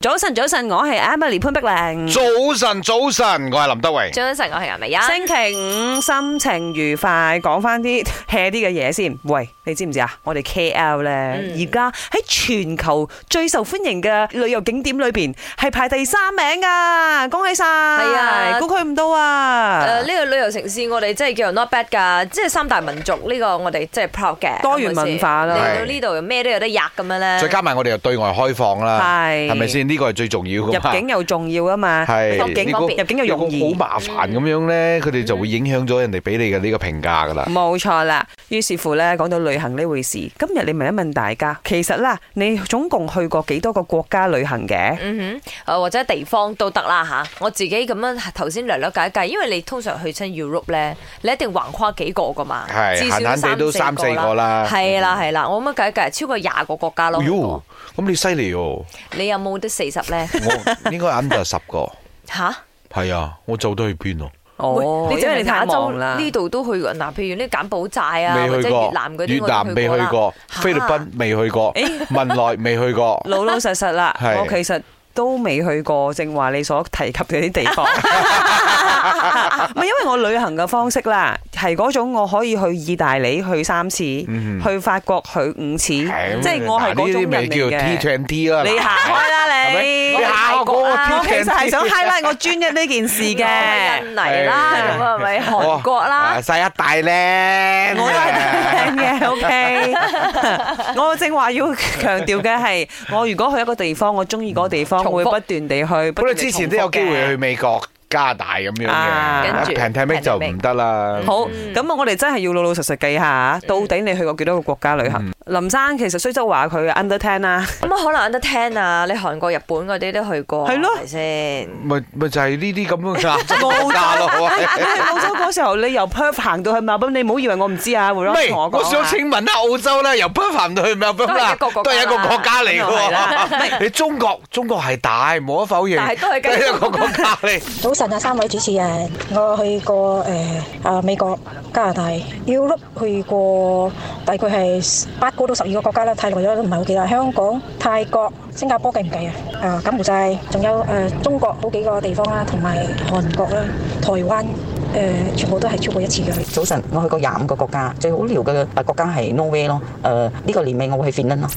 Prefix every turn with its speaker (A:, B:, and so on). A: 早晨，早晨，我係 Emily 潘碧玲。
B: 早晨，早晨，我係林德榮。
C: 早晨，我係顏美欣。
A: 星期五心情愉快，講翻啲 hea 啲嘅嘢先。喂，你知唔知啊？我哋 KL 咧，
C: 嗯
A: 而家喺全球最受歡迎嘅旅遊景點裏邊係排第三名噶，恭喜晒！係
C: 啊
A: 估佢唔到啊！
C: 誒呢個旅遊城市，我哋真係叫人 not bad 㗎，即係三大民族呢個我哋真係 proud 嘅
A: 多元文化啦
C: 係咪先嚟到呢度咩都有得吔咁樣咧，
B: 再加埋我哋又對外開放啦，
A: 係
B: 係咪先？呢個係最重要噶
A: 入
B: 嘛。
A: 境又重要啊嘛，
B: 係
A: 入境
B: 呢個
A: 入境又
B: 如
A: 容
B: 果
A: 易
B: 好。麻煩咁樣咧，佢哋就會影響咗人哋俾你嘅呢個評價噶啦。
A: 冇錯啦，於是乎咧，講到旅行呢回事，今日你問一問大家，其實啦，你總共去過幾多個國家旅行嘅？
C: 嗯哼，誒或者地方都得啦吓，我自己咁樣頭先略略計一計，因為你通常去親 Europe 咧，你一定橫跨幾個㗎嘛，
B: 係
C: 至
B: 閒閒
C: 少
B: 地都三四個
C: 個啦。
B: 啦。
C: 係啦係啦，我咁樣計一計，超過廿個國家咯。
B: 喲，咁你犀利喎！我
C: 你有冇得四十 咧？
B: 應該 under 十個。
C: 吓？
B: 係啊，我走得去邊啊？
A: 哦，
C: 嗯喂
A: 因為你太
C: 亞洲
A: 忙啦。
C: 呢度都去過，嗱，譬如呢柬埔寨啊，或者
B: 未去
C: 越
B: 過
C: 南嗰啲，
B: 越南未去過，
C: 嚇
B: 菲律賓未去過，文萊未去過。
A: 老老實實啦，
B: 係
A: 我其實都未去過正話你所提及嘅啲地 方。唔係因為我旅行嘅方式啦，係嗰種我可以去意大利去三次，
B: 嗯
A: 去法國去五次，即
B: 係咁
A: 係我
B: 嗱
A: 係嗰種
B: 呢啲咪
A: 人嚟
B: 叫 T
A: 嘅。
B: twenty T 啦。
A: 你
B: 嗱
A: 行開啦
B: 係
A: 你，啊
B: 咪你下我嗰個
C: 我
A: 我其
B: T
A: 實係
B: twenty
A: 想 highlight 我專一呢件事嘅。
C: 啊 印尼啦，
B: 係
C: 咁啊咪韓國啦，
B: 世一大咧，
A: 我都 係聽嘅，OK。我正話要強調嘅係，我如果去一個地方，我中意嗰個地方，
C: 重複
A: 我會不斷地去。不
B: 本來
A: 斷地
B: 之前都有機會去
A: 重複嘅。
B: 美國、加拿大咁樣
A: 啊
B: 嘅
C: 跟住
B: ，pandemic 就唔得啦。
A: 好，
B: 嗯
A: 咁我哋真係要老老實實計下，到底你去過幾多個國家旅行？
B: 嗯
A: 林生其實雖則話佢 under ten 啦，
C: 咁啊可能 under ten 啊，你韓國、日本嗰啲都去過，
A: 係咯
C: 係咪先？
B: 咪咪就係呢啲咁樣嘅亞洲國家咯。
A: 你去澳洲嗰時候，你由 Perth 行到去 m e 你唔好以為我唔知啊，會
B: 喂
A: 咯，
B: 喂，
A: 同我講
B: 我
A: 啊
B: 想請問啦，澳洲咧由 Perth 到去 Melbourne 啦，
C: 都係一個國家啦
B: 都係一個國家嚟
A: 咁又係啦
B: 嘅喎。你中國中國係大，冇得否認，
C: 但係都係
B: 都
C: 跟
B: 係一個國家嚟。
D: 早晨啊，三位主持人，我去過誒啊、美國、加拿大、Europe 去過，大概係八個到十二個國家啦，太耐咗都唔係好記啦。香港、泰國、新加坡計唔計啊？啊，柬埔寨，仲有誒、呃中國好幾個地方啦，同埋韓國啦、台灣誒、呃全部都係超過一次嘅。
E: 早呃晨，我去過廿五個國家，最好聊嘅誒國家係 Norway 咯。誒、呢個年尾我會去 Finland 咯。